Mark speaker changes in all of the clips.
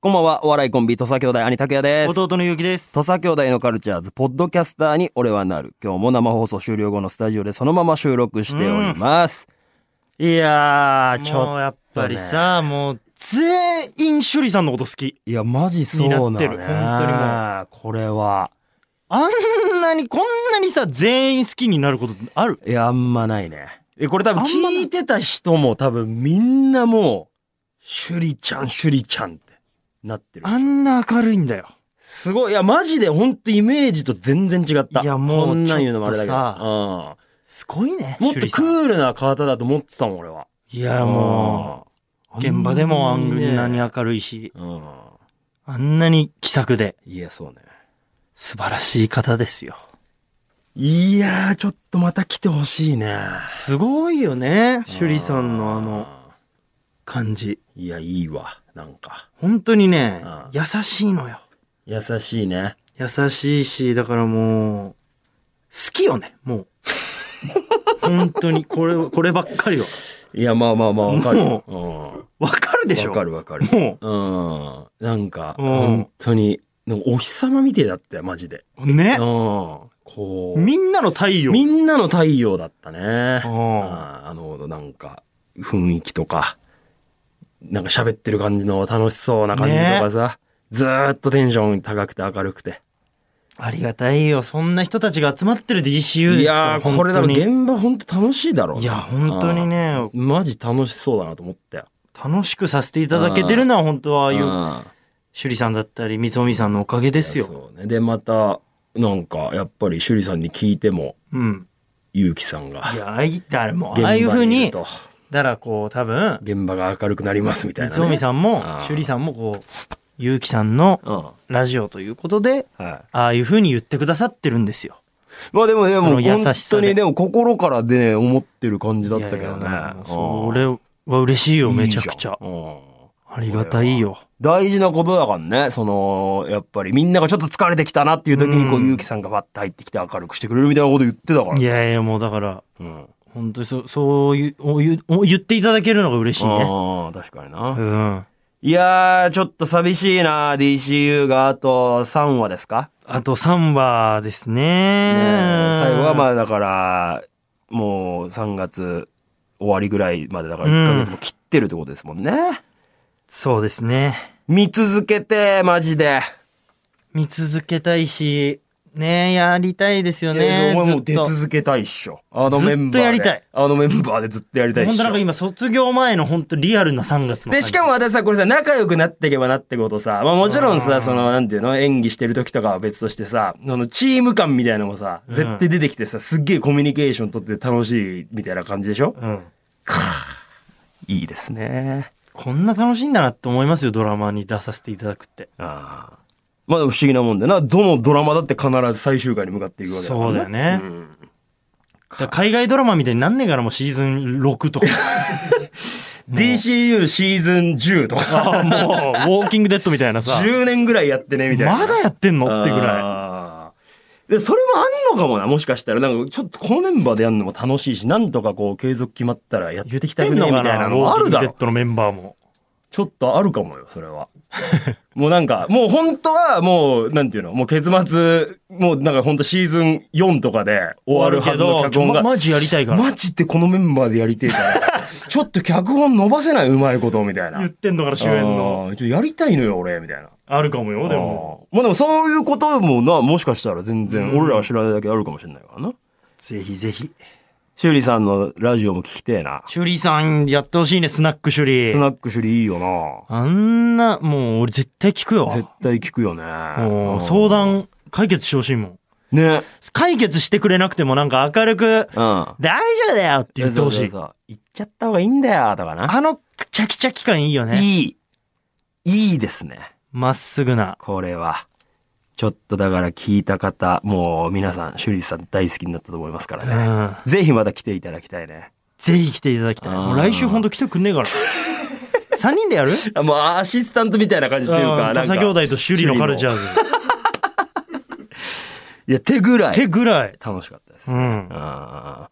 Speaker 1: こんばんは、お笑いコンビ、土佐兄弟、兄拓也です。
Speaker 2: 弟のゆうきです。
Speaker 1: 土佐兄弟のカルチャーズ、ポッドキャスターに俺はなる。今日も生放送終了後のスタジオでそのまま収録しております。いやー、ち
Speaker 2: も
Speaker 1: ょ
Speaker 2: うやっぱり
Speaker 1: ちょっ
Speaker 2: さ、もう全員趣里さんのこと好き。
Speaker 1: いや、マジそうなの、ね。
Speaker 2: になってる本当にも
Speaker 1: これは。
Speaker 2: あんなに、こんなにさ、全員好きになることってある
Speaker 1: いや、あんまないね。え、これ多分
Speaker 2: あんまない
Speaker 1: 聞いてた人も多分みんなもう、シュリちゃん、シュリちゃんってなってる。
Speaker 2: あんな明るいんだよ。
Speaker 1: すごい。いや、マジでほんとイメージと全然違った。
Speaker 2: いやもう
Speaker 1: こんなん言うのもあれだけ
Speaker 2: ちょっとさ
Speaker 1: ど。
Speaker 2: すごいね。
Speaker 1: うん。もっと
Speaker 2: 趣里
Speaker 1: ク
Speaker 2: さん
Speaker 1: ールな方だと思ってたもん、俺は。
Speaker 2: いや、もう、
Speaker 1: うん
Speaker 2: 現場でもあんなに
Speaker 1: あ
Speaker 2: 明るいし、
Speaker 1: んまりね
Speaker 2: あんなに気さくで、
Speaker 1: うん。いや、そうね。
Speaker 2: 素晴らしい方ですよ。
Speaker 1: いやー、ちょっとまた来てほしいね。
Speaker 2: すごいよね。趣里さんのあの感じ。
Speaker 1: うん。いや、いいわ。なんか。
Speaker 2: 本当にね
Speaker 1: うん、
Speaker 2: 優しいのよ。
Speaker 1: 優しいね。
Speaker 2: 優しいし、だからもう、好きよね、 もう。本当に、これ、こればっかりは。
Speaker 1: いや、まあまあまあ、わかるよ。うん
Speaker 2: わかるでしょ
Speaker 1: わかるわかる。
Speaker 2: も
Speaker 1: うん。なんか、
Speaker 2: うん
Speaker 1: 本当に、なんかお日様みてえだったよ、マジで。
Speaker 2: う。ね
Speaker 1: うん。。こう。
Speaker 2: みんなの太陽。
Speaker 1: みんなの太陽だったね。
Speaker 2: う
Speaker 1: うんんあの、なんか、雰囲気とか、なんか喋ってる感じの楽しそうな感じとかさ、ずーっとテンション高くて明るくて。
Speaker 2: ありがたいよ。そんな人たちが集まってる DCU
Speaker 1: い
Speaker 2: ですから。
Speaker 1: やー、これだろ、
Speaker 2: 本当に
Speaker 1: 現場ほんと楽しいだろうな。
Speaker 2: いや、本当にね、
Speaker 1: うん。マジ楽しそうだなと思ったよ。
Speaker 2: 楽しくさせていただけてるのは、本当は、ああいう、趣
Speaker 1: ん
Speaker 2: 里さんだったり、三つみさんのおかげです
Speaker 1: いや
Speaker 2: よ。
Speaker 1: そうね。で、また、なんか、やっぱり、趣里さんに聞いても、
Speaker 2: うん。
Speaker 1: ゆうきさんが、
Speaker 2: いや、あいだからもう、
Speaker 1: 現
Speaker 2: あ
Speaker 1: 場
Speaker 2: あいうふう
Speaker 1: にいる
Speaker 2: に、
Speaker 1: と、
Speaker 2: だからこう、多分、
Speaker 1: 現場が明るくなりますみたい
Speaker 2: 三
Speaker 1: な、
Speaker 2: つみ
Speaker 1: ん。
Speaker 2: さんも、
Speaker 1: ん
Speaker 2: 趣里さんも、こう、ゆうきさんの
Speaker 1: うん。
Speaker 2: ラジオということで、
Speaker 1: はい。
Speaker 2: ああいうふうに言ってくださってるんですよ。
Speaker 1: まあでもで
Speaker 2: そ
Speaker 1: も
Speaker 2: の優し
Speaker 1: 本
Speaker 2: さ
Speaker 1: 当
Speaker 2: で
Speaker 1: にでも心からでね思ってる感じだったけ
Speaker 2: いや
Speaker 1: ど
Speaker 2: い
Speaker 1: ね
Speaker 2: やもう。
Speaker 1: うん
Speaker 2: それは嬉しいよ、めちゃくちゃ。
Speaker 1: いいじんうん
Speaker 2: ありがたいよ。
Speaker 1: 大事なことだからね、その、やっぱりみんながちょっと疲れてきたなっていう時にこう、
Speaker 2: うん
Speaker 1: ゆうきさんがバッて入ってきて明るくしてくれるみたいなこと言ってたから。
Speaker 2: いやいや、もうだから、
Speaker 1: うん。
Speaker 2: 本当にそう、そういうお言う、お言っていただけるのが嬉しいね。
Speaker 1: ああ、確かに
Speaker 2: う
Speaker 1: な。
Speaker 2: ん。
Speaker 1: いやー、ちょっと寂しいな、DCU があと3話ですか
Speaker 2: あと3話ですね。
Speaker 1: ねえ最後はま
Speaker 2: あ、
Speaker 1: あだから、もう3月終わりぐらいまでだから1ヶ月も切ってるってことですもんね。
Speaker 2: そうですね。
Speaker 1: 見続けて、マジで。
Speaker 2: 見続けたいし、ねやりたいですよね。
Speaker 1: 俺
Speaker 2: ず
Speaker 1: も
Speaker 2: っ
Speaker 1: う出
Speaker 2: と。
Speaker 1: 続けたいっしょ。あのメンバーで。
Speaker 2: ずっとやりたい。
Speaker 1: あのメンバーでずっとやりたいっ
Speaker 2: 本
Speaker 1: し
Speaker 2: 当なんか
Speaker 1: ょ。
Speaker 2: 今、卒業前の本当リアルな3月の感
Speaker 1: で、
Speaker 2: じ
Speaker 1: しかも、私さ、これさ、仲良くなっていけばなってことさ、まあもちろん
Speaker 2: うん
Speaker 1: さ、その、なんていうの、演技してる時とかは別としてさ、その、チーム感みたいなのもさ、
Speaker 2: うん
Speaker 1: 絶対出てきてさ、すっげえコミュニケーション取って楽しいみたいな感じでしょ
Speaker 2: うん。
Speaker 1: いいですね。
Speaker 2: こんな楽しいんだなって思いますよ、ドラマに出させていただくって。
Speaker 1: ああ。まあでも不思議なもんだよな。どのドラマだって必ず最終回に向かっていくわけだから
Speaker 2: そうだよね
Speaker 1: ん
Speaker 2: だから海外ドラマみたいになんねえからもうシーズン6とか。
Speaker 1: DCU シーズン10とか、
Speaker 2: ああもう、ウォーキングデッドみたいなさ。
Speaker 1: 10年ぐらいやってね、みたいな。
Speaker 2: まだやってんのってぐら
Speaker 1: らい。で、それもあんのかもな、もしかしたら。なんか、ちょっとこのメンバーでやるのも楽しいし、なんとかこう、継続決まったらやっ
Speaker 2: い。言ってて
Speaker 1: き
Speaker 2: き
Speaker 1: た
Speaker 2: た
Speaker 1: く
Speaker 2: く
Speaker 1: な
Speaker 2: ないい
Speaker 1: み
Speaker 2: み
Speaker 1: た
Speaker 2: た
Speaker 1: い
Speaker 2: い
Speaker 1: な
Speaker 2: な
Speaker 1: のも
Speaker 2: のも
Speaker 1: あ
Speaker 2: あ
Speaker 1: る
Speaker 2: る
Speaker 1: だ
Speaker 2: だ
Speaker 1: ろ
Speaker 2: ろ。デッドのメンバーも。
Speaker 1: ちょっとあるかもよ、それ は。もうなんか、もう本当は、もう、なんていうの、もう結末、もうなんか本当シーズン4とかで終わるはずの脚本が。
Speaker 2: まマジやりたいから。
Speaker 1: マジってこのメンバーでやりてえ から、ちょっと脚本伸ばせないうまいこと、みたいな。
Speaker 2: 言ってんのから主演の。
Speaker 1: あーちょっとやりたいのよ、俺、みたいな。
Speaker 2: あるかもよ、でも。
Speaker 1: あーまあでもそういうこともな、もしかしたら全
Speaker 2: う
Speaker 1: 然、
Speaker 2: ん
Speaker 1: 俺らは知らないだけあるかもしれないからな。
Speaker 2: ぜひぜひ。
Speaker 1: 修理さんのラジオも聞きてえな。
Speaker 2: シュリさんやってほしいね、スナックシュ
Speaker 1: ス
Speaker 2: リ。
Speaker 1: ナック修理いいよな。
Speaker 2: あんな、もう俺絶対聞くよ。
Speaker 1: 絶対聞くよね
Speaker 2: もう。相。談解決してほしいもん。
Speaker 1: ね。
Speaker 2: 解決してくれなくてもなんか明るく、
Speaker 1: うん。
Speaker 2: 大丈夫だよって言ってほしい
Speaker 1: そう。そうそう言っちゃった方がいいんだよ、とかな。
Speaker 2: あの、チャキチャキ感いいよね。
Speaker 1: いい。いいですね。
Speaker 2: まっすぐな。
Speaker 1: これは。ちょっとだから聞いた方、もう皆さん、修理さん大好きになったと思いますから
Speaker 2: う
Speaker 1: ね。
Speaker 2: ん。
Speaker 1: ぜひまた来ていただきたいね。
Speaker 2: ぜひ来ていただきたい。
Speaker 1: あー
Speaker 2: もう来週ほんと来てくんね えから。3人でやるって
Speaker 1: あもうアシスタントみたいな感じっていうか、なんか。
Speaker 2: 土佐兄弟と趣里のカルチャーズ。
Speaker 1: いや、手ぐらい。
Speaker 2: 手ぐらい。
Speaker 1: 楽しかったです。
Speaker 2: うん。
Speaker 1: あ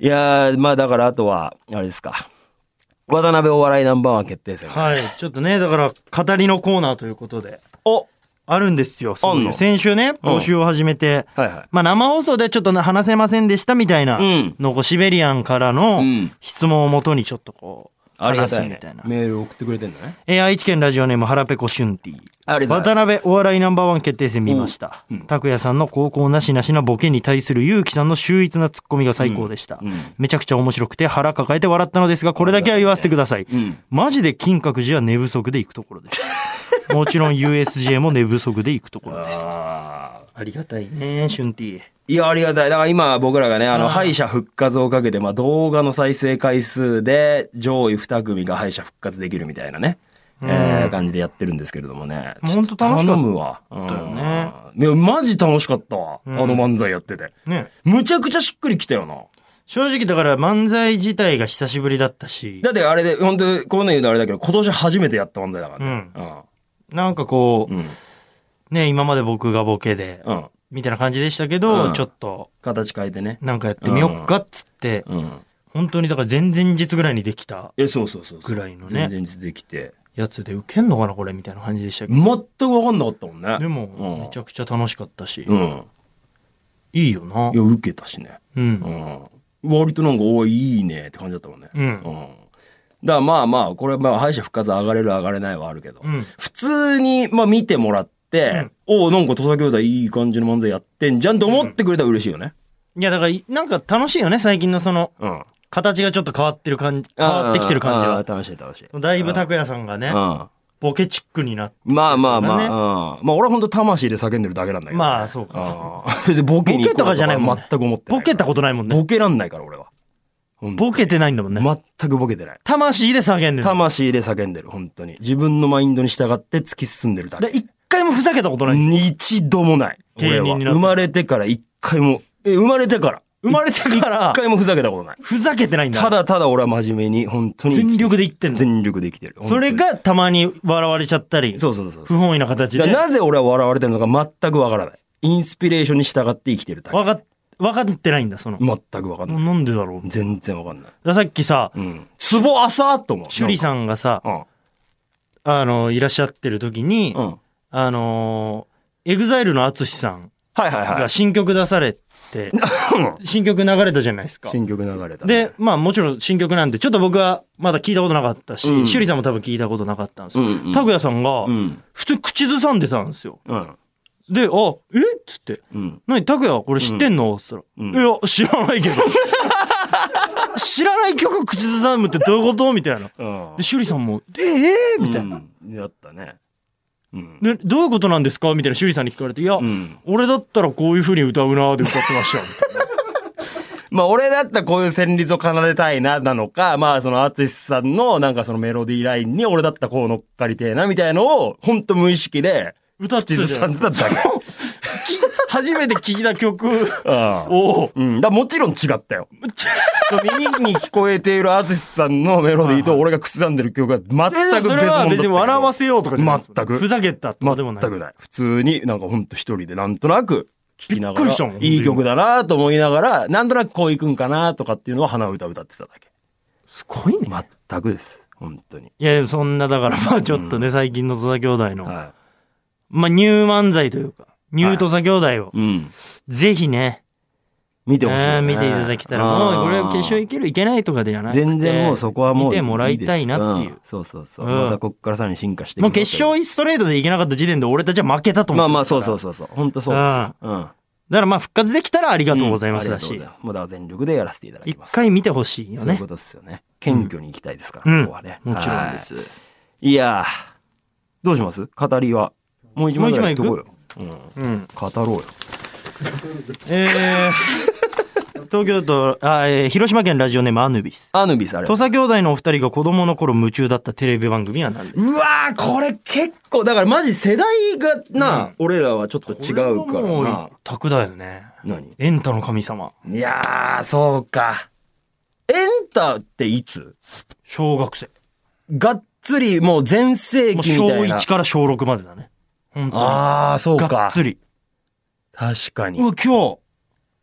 Speaker 1: ーいやー、まあだからあとは、あれですか。渡辺お笑いナンバーワン決定戦。
Speaker 2: はい。ちょっとね、だから、語りのコーナーということで、
Speaker 1: お
Speaker 2: あるんですよ。そういう
Speaker 1: あんの
Speaker 2: 先週ね、募集を始めて、
Speaker 1: はいは
Speaker 2: まあ、生放送でちょっとな話せませんでしたみたいな
Speaker 1: うん
Speaker 2: のをシベリアンからの
Speaker 1: うん
Speaker 2: 質問をもとにちょっとこう、
Speaker 1: ありが
Speaker 2: 話
Speaker 1: た
Speaker 2: す
Speaker 1: い、
Speaker 2: み
Speaker 1: ね
Speaker 2: たいな。。
Speaker 1: メール送ってくれてんだね。
Speaker 2: えー愛知県ラジオネーム腹ペコシュンティ
Speaker 1: ありがとうござ
Speaker 2: 渡
Speaker 1: います
Speaker 2: 辺お笑いナンバーワン決定戦見ました
Speaker 1: おううん
Speaker 2: 拓也、さんの高校なしなしなボケに対する結城さんの秀逸なツッコミが最高でした、
Speaker 1: うんうん
Speaker 2: めちゃくちゃ面白くて腹抱えて笑ったのですがこれだけは言わせてください、
Speaker 1: うん
Speaker 2: マジで金閣寺は寝不足で行くところです もちろん USJ も寝不足で行くところです
Speaker 1: あー
Speaker 2: ありがたいねシュンティ
Speaker 1: いや、ありがたい。だから今僕らがね、あの、
Speaker 2: あー
Speaker 1: 敗者復活をかけて、まあ動画の再生回数で上位2組が敗者復活できるみたいなね、えー感じでやってるんですけれどもね。
Speaker 2: ほん
Speaker 1: ちょと
Speaker 2: と楽しかった
Speaker 1: 頼むわ。
Speaker 2: だよね
Speaker 1: うん。いや、マジ楽しかったわ。あ
Speaker 2: ん
Speaker 1: の漫才やってて。
Speaker 2: ね
Speaker 1: むちゃくちゃしっくりきたよな。
Speaker 2: 正直だから漫才自体が久しぶりだったし
Speaker 1: だってあれで、本当こういうの言うのあれだけど、今年初めてやった漫才だからね。
Speaker 2: なんかこ
Speaker 1: うん。うん。
Speaker 2: うね今まで僕がボケで
Speaker 1: うん。
Speaker 2: みたいな感じでしたけど、
Speaker 1: うん
Speaker 2: ちょっと
Speaker 1: 形変えてね。
Speaker 2: なんかやってみよっかっつって、
Speaker 1: うん。
Speaker 2: 本当にだから前々日ぐらいにできた
Speaker 1: え、そうそうそうそう。
Speaker 2: ぐらいの
Speaker 1: 前
Speaker 2: ね
Speaker 1: 々日できて。
Speaker 2: やつで受けんのかなこれみたいな感じでしたけど、
Speaker 1: 全く分かんなかったもんね。
Speaker 2: で
Speaker 1: う
Speaker 2: も
Speaker 1: ん
Speaker 2: めちゃくちゃ楽しかったし、
Speaker 1: うん。
Speaker 2: いいよない
Speaker 1: や、受けたしね。
Speaker 2: う
Speaker 1: うんん。割となんか、おい、いいねって感じだったもんね。
Speaker 2: うん
Speaker 1: うん。だからまあまあ、これはまあ敗者復活上がれる上がれないはあるけど、
Speaker 2: うん
Speaker 1: 普通にまあ見てもらって、おおなんか土佐兄弟いい感じの漫才やってんじゃんと思ってくれたら嬉しいよね。
Speaker 2: いやだからいなんか楽しいよね最近のその
Speaker 1: うん。
Speaker 2: 形がちょっと変わってる感じ変わってきてる感じ
Speaker 1: あ
Speaker 2: は
Speaker 1: ー楽しい楽しい。
Speaker 2: だいぶ拓也さんがね
Speaker 1: うん。
Speaker 2: ボケチックになって
Speaker 1: まあまあまあ、
Speaker 2: ね
Speaker 1: うんまあ俺は本当魂で叫んでるだけなんだけど。
Speaker 2: まあそうか
Speaker 1: あー。別にボケに行こう
Speaker 2: ボケとかじゃないもんね
Speaker 1: 全く思ってない。
Speaker 2: ボケたことないもんね
Speaker 1: ボケらんないから俺は。ほんと
Speaker 2: ボケてないんだもんね
Speaker 1: 全くボケてない。
Speaker 2: 魂で叫んでる
Speaker 1: 魂で叫んでる、本当に。自分のマインドに従って突き進んでるだ
Speaker 2: で
Speaker 1: け。
Speaker 2: 一回もふざけたことない
Speaker 1: 一度もない。
Speaker 2: 芸人になって
Speaker 1: 俺は生まれてから一回も、え、生まれてから。
Speaker 2: 生まれてか
Speaker 1: 一
Speaker 2: ら
Speaker 1: 回もふざけたことない。
Speaker 2: ふざけてないんだ
Speaker 1: ただただ俺は真面目に、本当に。
Speaker 2: 全力で言ってんの
Speaker 1: 全力で生きてる。本当
Speaker 2: そ
Speaker 1: に
Speaker 2: れ、がたまに笑われちゃったり
Speaker 1: そうそうそうそう。
Speaker 2: 不本意な形で
Speaker 1: だからなぜ俺は笑われてるのか全くわからない。インスピレーションに従って生きてるだけ。
Speaker 2: わか、わかってないんだ、その。
Speaker 1: 全くわかんない。
Speaker 2: なんでだろう。だか
Speaker 1: 全然わかんない。
Speaker 2: らさっきさ、
Speaker 1: うん。ツボ浅っと思う。
Speaker 2: 趣里さんがさ、
Speaker 1: ん。
Speaker 2: あの、いらっしゃってる時に
Speaker 1: う、ん。うん。
Speaker 2: あのー、エグザイルの淳さん
Speaker 1: はいはいは
Speaker 2: が新曲出され て、
Speaker 1: い。
Speaker 2: 新曲流れたじゃないですか。
Speaker 1: 新曲流れた。
Speaker 2: で、、まあもちろん新曲なんで、ちょっと僕はまだ聞いたことなかったし、
Speaker 1: うん
Speaker 2: 趣里さんも多分聞いたことなかったんです
Speaker 1: う
Speaker 2: よ。
Speaker 1: ん。
Speaker 2: 拓也さんが
Speaker 1: う、ん。
Speaker 2: 普通に口ずさんでたんですよ。
Speaker 1: うん。
Speaker 2: で、あ、えっつって、
Speaker 1: うん。
Speaker 2: 何拓也これ知ってんのっつった
Speaker 1: うん
Speaker 2: ら、いや、知らないけど。知らない曲口ずさむってどういうことみたいな。
Speaker 1: うん
Speaker 2: で、。趣里さんも、ええーみたいな。
Speaker 1: うん。やったね。うん。
Speaker 2: で、どういうことなんですかみたいな趣里さんに聞かれて、いや、
Speaker 1: うん。
Speaker 2: 俺だったらこういう風に歌うなーで歌ってましたよ。みたいな
Speaker 1: まあ俺だったらこういう旋律を奏でたいな、なのか、まあその淳さんのなんかそのメロディーラインに俺だったらこう乗っかりてえな、みたいのを、ほんと無意識で、
Speaker 2: 歌って
Speaker 1: 口
Speaker 2: た
Speaker 1: ずさ ん
Speaker 2: じゃないで
Speaker 1: ですただけ。
Speaker 2: か。初めて聴いた曲
Speaker 1: うん。
Speaker 2: を、
Speaker 1: うん。だからもちろん違ったよ。 耳に聞こえている淳さんのメロディーと俺が口ずさんでる曲は全く別物だった
Speaker 2: え
Speaker 1: けど。
Speaker 2: それは別に笑わせようとかじゃないです
Speaker 1: 全く
Speaker 2: ふざけたとかでもない。
Speaker 1: 全くない。普通になんかほんと一人でなんとなく聞きなが
Speaker 2: びっく
Speaker 1: ら
Speaker 2: りしたもん、
Speaker 1: いい曲だなと思いながら、なんとなくこういくんかなとかっていうのは鼻歌歌ってただけ。
Speaker 2: すごいね。
Speaker 1: 全くです。本当に。
Speaker 2: いや、でもそんな、だからまあちょっとね、最近の戸田兄弟の、
Speaker 1: は
Speaker 2: まあニュー漫才というか、ニュー戸田兄弟を、
Speaker 1: い。うん。
Speaker 2: ぜひね、
Speaker 1: 見てほしい、ね。
Speaker 2: あー見ていただけたら、もうこれ決勝いけるいけないとかではなくて、
Speaker 1: 全然もうそこはもう
Speaker 2: 見てもらいたいなってい
Speaker 1: ん
Speaker 2: う。
Speaker 1: そうそうそう。
Speaker 2: うん
Speaker 1: またこっからさらに進化していく
Speaker 2: もう決勝ストレートでいけなかった時点で俺たちは負けたと
Speaker 1: まあ
Speaker 2: 思って
Speaker 1: まあ
Speaker 2: ますか
Speaker 1: そ
Speaker 2: ら
Speaker 1: うそうそうそう。本当そうです。うん。あ
Speaker 2: だからまあ復活できたらありがとうございます
Speaker 1: あ
Speaker 2: だ
Speaker 1: りがとう
Speaker 2: し
Speaker 1: ござい、ますもうだから全力でやらせていただ
Speaker 2: 一
Speaker 1: きます。
Speaker 2: 回見てほしいよ
Speaker 1: そういう
Speaker 2: ね
Speaker 1: こ。とですよね。謙虚に行きたいですか
Speaker 2: う
Speaker 1: ら、
Speaker 2: ん
Speaker 1: ここはね。
Speaker 2: もちろんです
Speaker 1: はい。いやー、どうします語りは。もう一枚ぐらい行っとこうよ。
Speaker 2: うん。
Speaker 1: 語ろうよ。
Speaker 2: えー、 東京都、あーえー広島県ラジオネームアヌビス。
Speaker 1: アヌビスあれ。
Speaker 2: 土佐兄弟のお二人が子供の頃夢中だったテレビ番組は何ですか
Speaker 1: うわー、これ結構、だからマジ世代がな、俺らはちょっと違うか
Speaker 2: これは
Speaker 1: ら
Speaker 2: も
Speaker 1: な
Speaker 2: う。一択だよね。
Speaker 1: 何
Speaker 2: エンタの神様。
Speaker 1: いやー、そうか。エンタっていつ
Speaker 2: 小学生。
Speaker 1: がっつりもう全盛期
Speaker 2: もう
Speaker 1: みたい
Speaker 2: 小
Speaker 1: な。
Speaker 2: 1から小6までだね。本当に。
Speaker 1: あー、そうか。
Speaker 2: がっつり。
Speaker 1: 確かに。
Speaker 2: うわ、今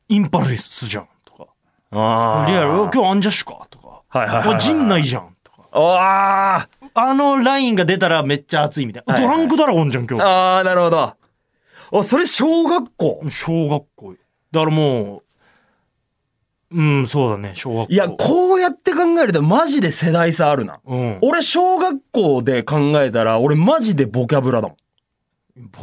Speaker 2: 日、インパルスじゃん。とか。
Speaker 1: あー
Speaker 2: リアル、うわ今日アンジャッシュか。とか。
Speaker 1: はいはいはいう
Speaker 2: わ陣内じゃん。とか。
Speaker 1: あー
Speaker 2: あのラインが出たらめっちゃ熱いみたいな。
Speaker 1: はいはい
Speaker 2: ドランクドラゴンじゃん、今日。
Speaker 1: あー、なるほど。あ、それ小学校
Speaker 2: 小学校。だからもう、うん、そうだね、小学校。
Speaker 1: いや、こうやって考えるとマジで世代差あるな。
Speaker 2: うん。
Speaker 1: 俺、小学校で考えたら、俺マジでボキャブラだもん。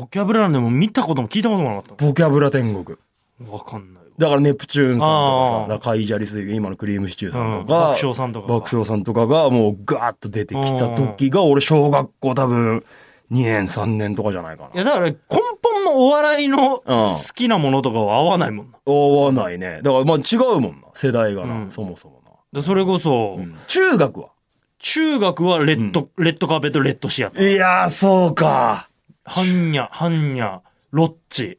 Speaker 2: ボキャブラなんでも見たことも聞いたこともなかっ
Speaker 1: ボキャブラ天国。
Speaker 2: た。わかんないわ。
Speaker 1: だからネプチューンさんとか
Speaker 2: あー
Speaker 1: さ、だからカイジャリ水魚、今のクリームシチューさん
Speaker 2: うん
Speaker 1: とか、
Speaker 2: 爆笑さんとか
Speaker 1: 爆笑さんとかがもうガーッと出てきた時が、俺小学校多分2年3年とかじゃないか
Speaker 2: い
Speaker 1: な。
Speaker 2: や、だから根本のお笑いの
Speaker 1: うん
Speaker 2: 好きなものとかは合わないもんな。だか
Speaker 1: 合わないね。だからまあ違うもんな。世代がな、
Speaker 2: うん
Speaker 1: そもそも
Speaker 2: らそれこそ、
Speaker 1: な。うん中学は
Speaker 2: 中学はレッド、レッドカーペット、レッドシアター。
Speaker 1: いやー、そうか。
Speaker 2: ハンニャ、ハンニャ、ロッチ、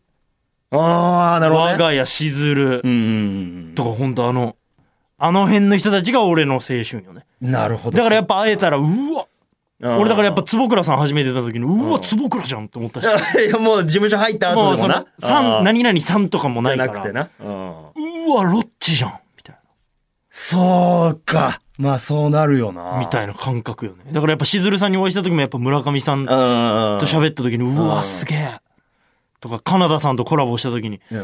Speaker 1: あー、なるほど、ね。
Speaker 2: 我が家しずる
Speaker 1: うんうんうん
Speaker 2: とか、ほんとあの、あの辺の人たちが俺の青春よね。
Speaker 1: なるほど。
Speaker 2: だからやっぱ会えたら、うわ、
Speaker 1: ら
Speaker 2: 俺だからやっぱ坪倉さん初めて出た時に、うわ、坪倉じゃんって思ったし。
Speaker 1: いや、もう事務所入った後
Speaker 2: も
Speaker 1: で
Speaker 2: うそ
Speaker 1: もな
Speaker 2: の、。さ
Speaker 1: あ
Speaker 2: ん、
Speaker 1: ー
Speaker 2: 何々さんとかもない
Speaker 1: じ
Speaker 2: か
Speaker 1: ゃ
Speaker 2: ら。
Speaker 1: なくてな。うん
Speaker 2: うわ、ロッチじゃんみたい
Speaker 1: そうか。まあそうなるよな。
Speaker 2: な。みた
Speaker 1: い
Speaker 2: いな感覚よね。だからやっぱしずるさんにお会いした時もやっぱ村上さんと
Speaker 1: な。うん。
Speaker 2: 喋った時に、う
Speaker 1: う
Speaker 2: わ、
Speaker 1: ん
Speaker 2: すげえ。とか、カナダさんとコラボした時に、
Speaker 1: うん
Speaker 2: う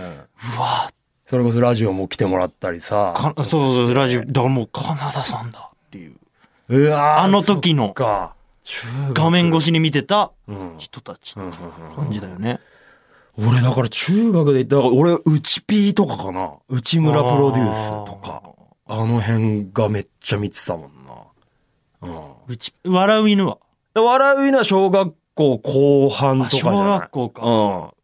Speaker 2: わ、
Speaker 1: それこそラジオも来てもらったりさ。
Speaker 2: かそうそう、ラジオ、だからもうカナダさんだっていう。
Speaker 1: うわー
Speaker 2: あの時
Speaker 1: そ
Speaker 2: の
Speaker 1: っか。中学
Speaker 2: 画面越しに見てた
Speaker 1: うん。
Speaker 2: 人たちって
Speaker 1: うんうん
Speaker 2: 感じだよね。
Speaker 1: うん俺だから中学で、だから俺、内 P とかかな。内村プロデュースとか。あの辺がめっちゃ見てたもんな。うん。
Speaker 2: うち、笑う犬は。
Speaker 1: 笑う犬は小学校後半とかじゃない
Speaker 2: あ小学校か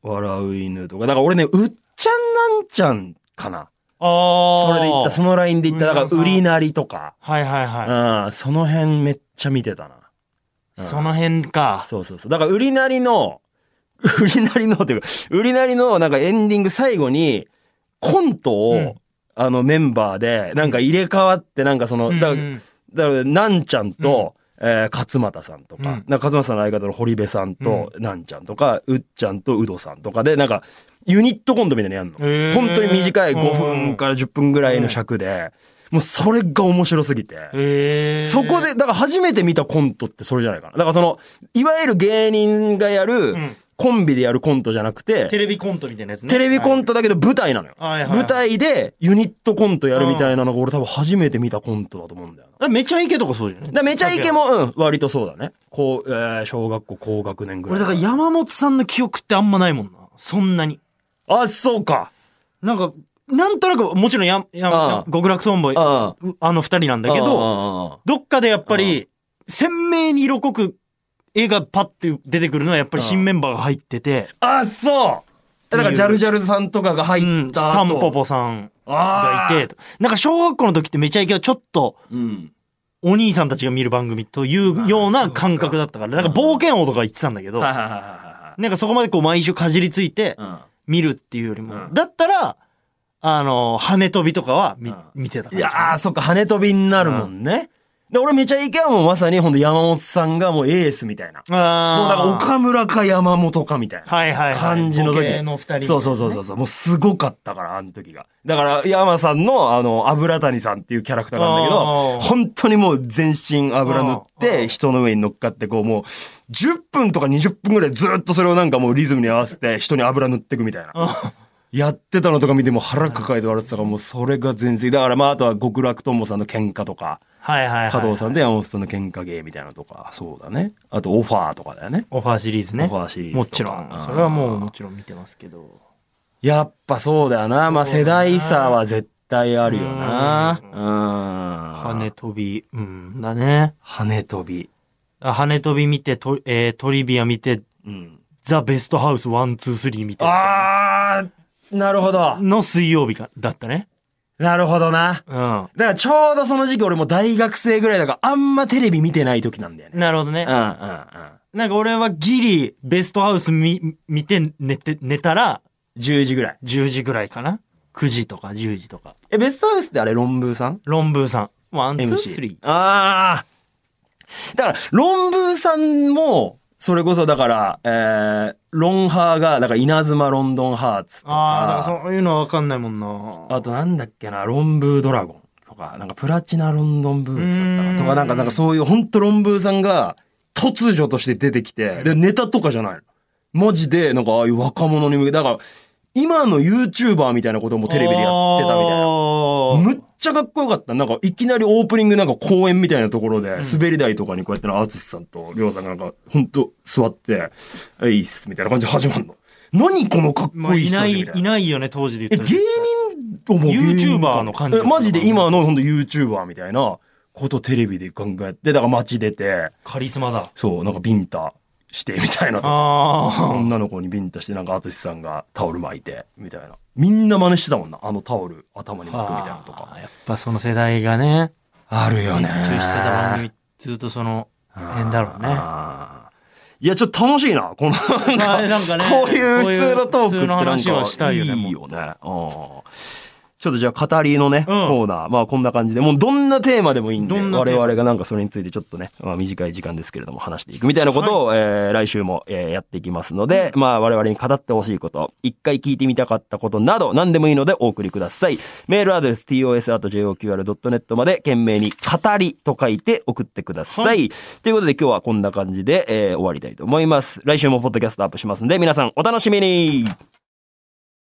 Speaker 1: うん。笑う犬とか。だから俺ね、うっちゃんなんちゃんかな。
Speaker 2: ああ。
Speaker 1: それで行った、そのラインで行った、だから
Speaker 2: うん
Speaker 1: 売りなりとか。
Speaker 2: はいはいは
Speaker 1: うん。その辺めっちゃ見てたな。
Speaker 2: い。その辺か。
Speaker 1: そうそうそう。だから売りなりの、 売りなりのっていうか、売りなりのなんかエンディング最後に、コントを、
Speaker 2: うん
Speaker 1: あのメンバーで、なんか入れ替わって、なんかその、だから
Speaker 2: うん
Speaker 1: だから、なんちゃんと、えー勝俣さんとか、
Speaker 2: う
Speaker 1: な
Speaker 2: ん
Speaker 1: んか勝俣さんの相方の堀部さんと、なんちゃんとか、うっちゃんとうどさんとかで、なんか、ユニットコントみたいなのやんの。
Speaker 2: へー
Speaker 1: 本当に短い
Speaker 2: うん
Speaker 1: 5分から10分ぐらいの尺で、もうそれが面白すぎて。
Speaker 2: へえ。
Speaker 1: そこで、だから初めて見たコントってそれじゃないかな。だからその、いわゆる芸人がやる
Speaker 2: ん、
Speaker 1: コンビでやるコントじゃなくて、
Speaker 2: テレビコントみたいなやつね。
Speaker 1: テレビコントだけど舞台なのよ。
Speaker 2: はいはいはい
Speaker 1: 舞台でユニットコントやるみたいなのが俺多分初めて見たコントだと思うんだよな。
Speaker 2: はい。あめちゃイケとかそうじゃない
Speaker 1: だからめちゃイケ。も、うん、割とそうだね。こう、えー小学校高学年ぐら
Speaker 2: 俺
Speaker 1: い。
Speaker 2: だから山本さんの記憶ってあんまないもんな。そんなに。
Speaker 1: あ、そうか。
Speaker 2: なんか、なんとなく、もちろんや、や、
Speaker 1: あ
Speaker 2: や
Speaker 1: あ
Speaker 2: 極楽とんぼ、あ
Speaker 1: あ
Speaker 2: の二人なんだけど、
Speaker 1: ど、
Speaker 2: どっかでやっぱり、鮮明に色濃く絵がパッて出てくるのはやっぱり新メンバーが入ってて、
Speaker 1: あ、そうだからジャルジャルさんとかが入
Speaker 2: うん、
Speaker 1: った後。
Speaker 2: タンポポさんが
Speaker 1: あ
Speaker 2: いて、となんか小学校の時ってめちゃイケはちょっと
Speaker 1: ー。うん。
Speaker 2: お兄さんたちが見る番組というような感覚だったから、なんか冒険王とか言ってたんだけど、
Speaker 1: はいはいはいはい
Speaker 2: なんかそこまでこう毎週かじりついて
Speaker 1: はい。
Speaker 2: 見るっていうよりも、
Speaker 1: うん
Speaker 2: だったら、あの、羽飛びとかは見,、
Speaker 1: うん
Speaker 2: 見てた
Speaker 1: う
Speaker 2: 感
Speaker 1: ん。い
Speaker 2: じ
Speaker 1: やー、そっか、羽飛びになるもんね。で、俺めちゃイケはもうまさにほんと山本さんがもうエースみたいな。もうなん
Speaker 2: あー
Speaker 1: か岡村か山本かみたいな。
Speaker 2: はいはいはい。
Speaker 1: 感じの時
Speaker 2: 時計の二人。
Speaker 1: そうそうそう そうそうもうすごかったからあの時がだから山さんのあの油谷さんっていうキャラクターなんだけ
Speaker 2: あ
Speaker 1: ど
Speaker 2: ー
Speaker 1: 本当にもう全身油塗っ
Speaker 2: あー
Speaker 1: て人の上に乗っかってこうもう10分とか20分ぐらいずっとそれをなんかもうリズムに合わせて人に油塗ってくみたいな
Speaker 2: あ
Speaker 1: やってたのとか見てもう腹抱えて笑ってたからもうそれが全然だからまああとは極楽とんぼさんの喧嘩とか
Speaker 2: はいはいはい。
Speaker 1: 加藤さんと山本さんの喧嘩芸みたいなのとかそうだねあとオファーとかだよね
Speaker 2: オファーシリーズね。
Speaker 1: オファーシリーズ
Speaker 2: も
Speaker 1: と
Speaker 2: ちろ
Speaker 1: か
Speaker 2: ん。それはもうもちろん見てますけど。
Speaker 1: やっぱそうだよな。まあ世代差は絶対あるよな。うん。
Speaker 2: 羽
Speaker 1: 羽、
Speaker 2: 飛び、うんだね。
Speaker 1: 羽飛び。
Speaker 2: あ羽飛び見て、とえートリビア見て、
Speaker 1: うん。
Speaker 2: ザ・ベストハウス1、2、3見てみた
Speaker 1: あー、なるほど
Speaker 2: いな。。の水曜日かだったね。
Speaker 1: なるほどな。
Speaker 2: う
Speaker 1: だ
Speaker 2: ん。
Speaker 1: からちょうどその時期俺も大学生ぐらいだからあんまテレビ見てない時なんだよね。
Speaker 2: なるほど
Speaker 1: うんう
Speaker 2: ね。
Speaker 1: んうん。
Speaker 2: なんか俺はギリ、ベストハウス見、見て、寝て、寝たら、
Speaker 1: 10時ぐらい。
Speaker 2: 10時ぐらいかな ?9 時とか10時とか。
Speaker 1: え、ベストハウスってあれ論文さん
Speaker 2: 論文さん。ワン、ツー、スリ
Speaker 1: MC
Speaker 2: ー。。
Speaker 1: あー。だから論文さんも、それこそだから、えー、ロンハーが、だから稲妻ロンドンハーツとか。
Speaker 2: ああ、だからそういうのはわかんないもんな。
Speaker 1: あとなんだっけな、ロンブードラゴン。とか、なんかプラチナロンドンブーツだった
Speaker 2: う
Speaker 1: か
Speaker 2: ん
Speaker 1: とか、なんか、なんかそういう、ほんとロンブーさんが突如として出てきて、で、ネタとかじゃないの。マジで、なんかああいう若者に向けて、だから、今の YouTuber みたいなこともテレビでやってたみたいな。
Speaker 2: た
Speaker 1: むっちゃかっこよかった。なんか、いきなりオープニングなんか公演みたいなところで、滑り台とかにこうやっての、アーティスさんとりょうさんがなんか、ほんと座って、えいいっす、みたいな感じで始まるの。何このかっ
Speaker 2: まあ、
Speaker 1: こいい
Speaker 2: い
Speaker 1: 人た
Speaker 2: な
Speaker 1: ち
Speaker 2: い、
Speaker 1: みたいな。
Speaker 2: いないよね、当時で
Speaker 1: え、
Speaker 2: 言っ
Speaker 1: 芸
Speaker 2: たら
Speaker 1: 人とも芸人か
Speaker 2: YouTuber の感じ
Speaker 1: えマジで今のほんと YouTuber みたいなことテレビで考えて、だから街出て、
Speaker 2: カリスマだ。
Speaker 1: そう、なんかビンタしてみたいなとか。
Speaker 2: あ
Speaker 1: 女の子にビンタして、なんか淳さんがタオル巻いて、みたいな。みんな真似してたもんな。あのタオル頭に
Speaker 2: あ。
Speaker 1: 巻くみたいなとか。
Speaker 2: あーやっぱその世代がね、
Speaker 1: あるよね。
Speaker 2: 熱中してた番組、ずっとその辺だろうね。
Speaker 1: あー。いや、ちょっと楽しいな。この、なん
Speaker 2: まあ
Speaker 1: か、
Speaker 2: なんかね
Speaker 1: こういう普通のトークって
Speaker 2: こういう普通の
Speaker 1: なん
Speaker 2: 話はした
Speaker 1: かい
Speaker 2: いよね
Speaker 1: いよね。うんちょっとじゃあ語りのね、コーナー、まあこんな感じで、もうどんなテーマでもいいんで、
Speaker 2: どんな
Speaker 1: 我
Speaker 2: テーマ
Speaker 1: 々がなんかそれについてちょっとね、まあ短い時間ですけれども話していくみたいなことを、えー来週も、えーやっていきますので、まあ我々に語ってほしいこと、一回聞いてみたかったことなど、何でもいいのでお送りください。メールアドレス tos.joqr.net まで、懸命に語りと書いて送ってください。
Speaker 2: は
Speaker 1: ということで今日はこんな感じで、えー終わりたいと思います。来週もポッドキャストアップしますんで、皆さんお楽しみに